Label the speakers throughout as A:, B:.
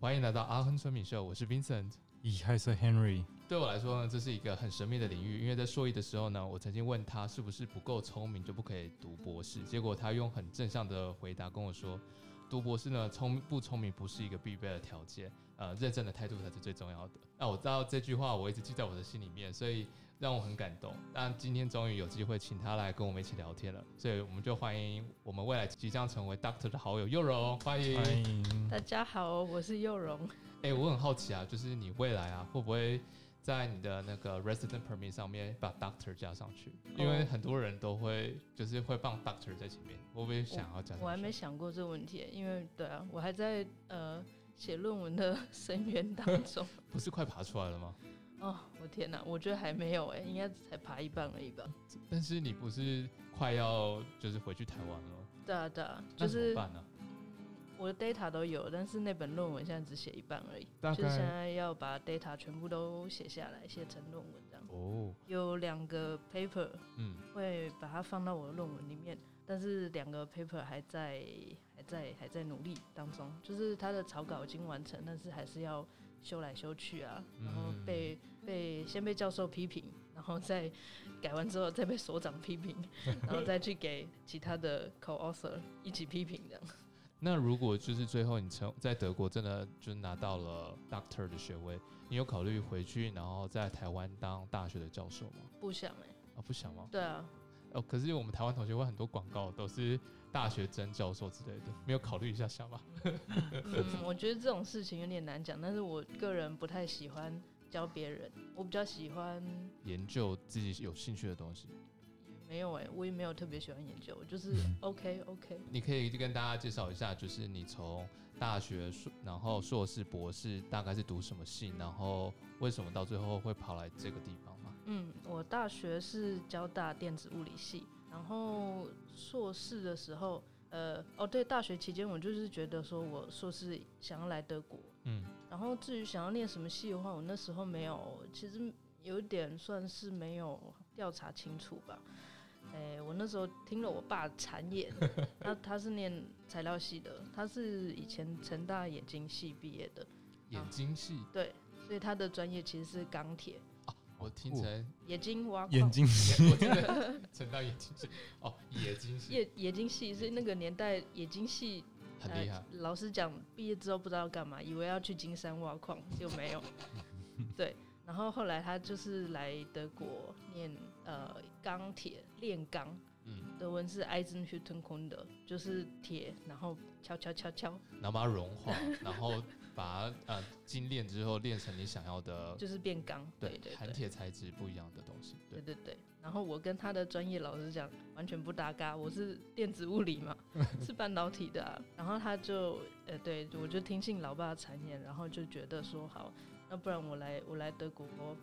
A: 欢迎来到阿亨村米秀，我是 Vincent。
B: 乙亥是 Henry，
A: 对我来说呢，这是一个很神秘的领域，因为在硕一的时候呢，我曾经问他是不是不够聪明就不可以读博士，结果他用很正向的回答跟我说，读博士呢聪不聪明不是一个必备的条件，呃，认真的态度才是最重要的。那、我知道这句话我一直记在我的心里面，所以让我很感动。但今天终于有机会请他来跟我们一起聊天了，所以我们就欢迎我们未来即将成为 Doctor 的好友佑荣，欢迎。
B: 欢迎。
C: 大家好，我是佑荣。
A: 哎、我很好奇啊，就是你未来啊，会不会在你的那个 resident permit 上面把 doctor 加上去？因
C: 哦
A: 为很多人都会就是会放 doctor 在前面，会不会想要加上去？啊
C: 我还没想过这个问题，因为对啊，我还在呃写论文的深渊当 中。
A: 不是快爬出来了吗？
C: 哦，我天哪，我觉得还没有哎、应该才爬一半而已吧。
A: 但是你不是快要就是回去台湾了吗？
C: 对啊，对啊，
A: 那
C: 就
A: 怎么
C: 是
A: 办呢、
C: 我的 data 都有，但是那本论文现在只写一半而已，
A: 大
C: 就是现
A: 概
C: 在要把 data 全部都写下来，写成论文这样。
A: 哦，
C: 有两个 paper
A: 嗯，
C: 会把它放到我的论文里面，但是两个 paper 还在还在还在努力当中，就是它的草稿已经完成，但是还是要修来修去啊，然后被、被先被教授批评，然后再改完之后再被所长批评，然后再去给其他的 co-author 一起批评这样。
A: 那如果就是最后你成在德国真的就是拿到了 doctor 的学位，你有考虑回去然后在台湾当大学的教授吗？
C: 不想哎、
A: 啊，不想吗？
C: 对啊，
A: 哦，可是我们台湾同学会很多广告都是大学生教授之类的，没有考虑一下想法。
C: 嗯，我觉得这种事情有点难讲，但是我个人不太喜欢教别人，我比较喜欢
A: 研究自己有兴趣的东西，
C: 没有哎、我也没有特别喜欢研究，就是 OK OK。
A: 你可以跟大家介绍一下，就是你从大学硕，然后硕士、博士大概是读什么系，然后为什么到最后会跑来这个地方吗？
C: 嗯，我大学是交大电子物理系，然后硕士的时候，呃，哦对，大学期间我就是觉得说我硕士想要来德国，
A: 嗯，
C: 然后至于想要念什么系的话，我那时候没有，其实有点算是没有调查清楚吧。哎、我那时候听了我爸谗言，他他是念材料系的，他是以前成大冶金系毕业的，
A: 眼睛系，
C: 对，所以他的专业其实是钢铁，
A: 我听成，
C: 冶金挖矿
B: 眼。睛
A: 我听成成到眼睛系，哦，冶金 系
C: 冶冶金系是那个年代冶金系，
A: 很厉害
C: 呃。老师讲毕业之后不知道要干嘛，以为要去金山挖矿，就没 有。对，然后后来他就是来德国念呃钢铁炼钢，
A: 嗯
C: 德文是 Eisenhütten k u n d 就是铁，然后敲敲敲敲，
A: 然后把它融化，然后把它呃精炼之后炼成你想要的，
C: 就是变钢。对对
A: 含
C: 对。
A: 铁材质不一样的东西，对
C: 对。对对，然后我跟他的专业老师讲完全不搭嘎，我是电子物理嘛，是半导体的、啊。然后他就呃，对我就听信老爸的谗言，然后就觉得说好，那不然我来我来德国，嗯，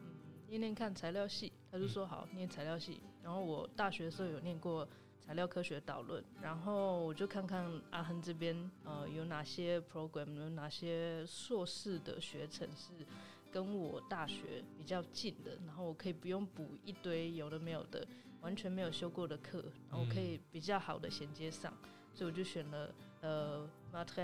C: 念念看材料系。他就说好，念材料系。然后我大学的时候有念过材料科学导论，然后我就看看阿亨这边呃有哪些 program，有哪些硕士的学程是跟我大学比较近的，然后我可以不用补一堆有的没有的，完全没有修过的课，然后我可以比较好的衔接上，所以我就选了呃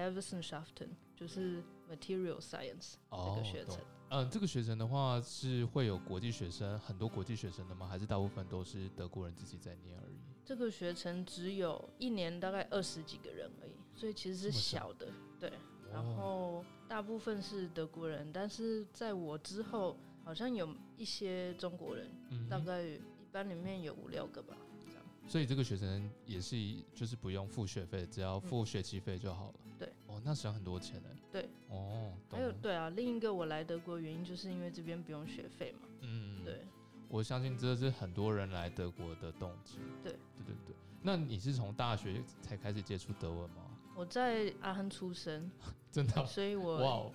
C: Materialwissenschaften，就是 Material Science 这个学程。
A: 懂嗯，这个学程的话是会有国际学生，很多国际学生的吗？还是大部分都是德国人自己在念而已？
C: 这个学程只有一年大概二十几个人而已，所以其
A: 这
C: 实是
A: 么哦少
C: 小的，对。然后大部分是德国人，但是在我之后好像有一些中国人，
A: 嗯
C: 大概一班里面有五六个吧。这样。
A: 所以这个学生也是一就是不用付学费，只要付学期费就好了。
C: 嗯对，
A: 哦，那省很多钱呢。
C: 对，
A: 哦，懂
C: 还有
A: 了
C: 对啊，另一个我来德国的原因就是因为这边不用学费嘛。
A: 嗯，
C: 对，
A: 我相信这是很多人来德国的动机。
C: 对，
A: 对对对。那你是从大学才开始接触德文吗？
C: 我在阿亨 出生，
A: 真的？
C: 所以
A: 哇
C: 我
A: 哦！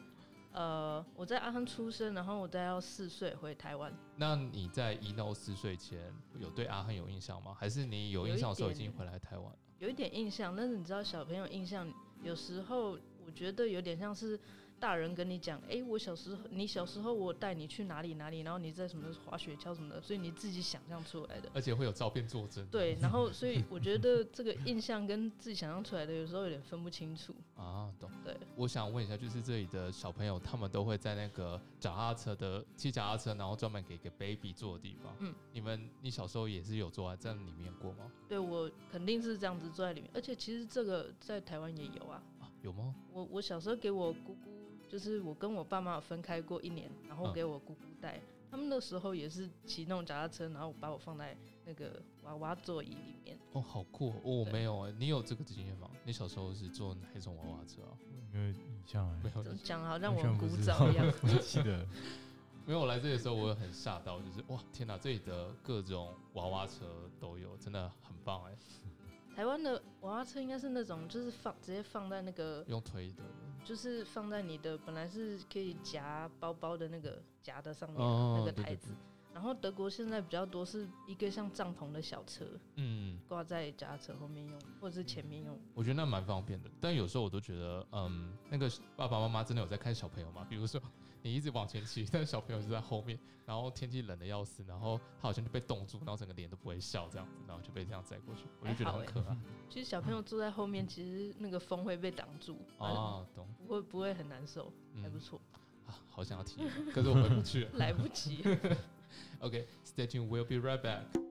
C: 呃我在阿亨出生，然后我大概要四岁回台湾。
A: 那你在一到四岁前有对阿亨有印象吗？还是你有印象的时候已经回来台湾了？
C: 有一点印象，但是你知道小朋友印象有时候我觉得有点像是大人跟你讲，诶，我小时候，你小时候我带你去哪里哪里，然后你在什么滑雪橇什么的，所以你自己想象出 来的。
A: 而且会有照片作证
C: 对，然后所以我觉得这个印象跟自己想象出来的有时候有点分不清楚。
A: 啊，懂。
C: 对，
A: 我想问一下，就是这里的小朋友，他们都会在那个脚踏车的骑脚踏车，然后专门给给 baby 坐的地方。
C: 嗯，
A: 你们你小时候也是有坐在这里面过吗？
C: 对我肯定是这样子坐在里面，而且其实这个在台湾也有啊。
A: 啊，有吗？
C: 我我小时候给我姑姑，就是我跟我爸妈有分开过一年，然后
A: 嗯
C: 给我姑姑带。他们那时候也是骑那种脚踏车，然后把我放在那个娃娃座椅里面。
A: 哦，好酷哦！哦我
C: 对
A: 没有哎，你有这个经验吗？你小时候是坐哪一种娃娃车啊？
B: 没有印象哎
A: 没，有，
C: 怎
A: 你
C: 么讲好像
B: 完
C: 我
B: 全
C: 很
B: 不
C: 古
B: 知道
C: 早一样。
B: 不记得。
A: 没有。我来这里的时候，我也很吓到，就是哇，天哪，这里的各种娃娃车都有，真的很棒哎！
C: 台湾的娃娃车应该是那种，就是放直接放在那个，
A: 用推的，
C: 就是放在你的本来是可以夹包包的那个夹的上面、
A: 哦
C: 嗯那个
A: 对
C: 台
A: 对
C: 子
A: 对。
C: 然后德国现在比较多是一个像帐篷的小车，
A: 嗯，
C: 挂在脚踏车后面用，或者是前面用。
A: 我觉得那蛮方便的，但有时候我都觉得，嗯，那个爸爸妈妈真的有在看小朋友吗？比如说你一直往前骑，但小朋友就在后面，然后天气冷的要死，然后他好像就被冻住，然后整个脸都不会笑这样子，然后就被这样载过去，我就觉得很 可爱。
C: 其实小朋友坐在后面，其实那个风会被挡住，啊，
A: 哦，懂，
C: 不会不会很难受，还不
A: 嗯，
C: 错，
A: 啊，好想要体验，可是我回不去了。
C: 来不及。
A: OK，stay、tuned，we'll be right back。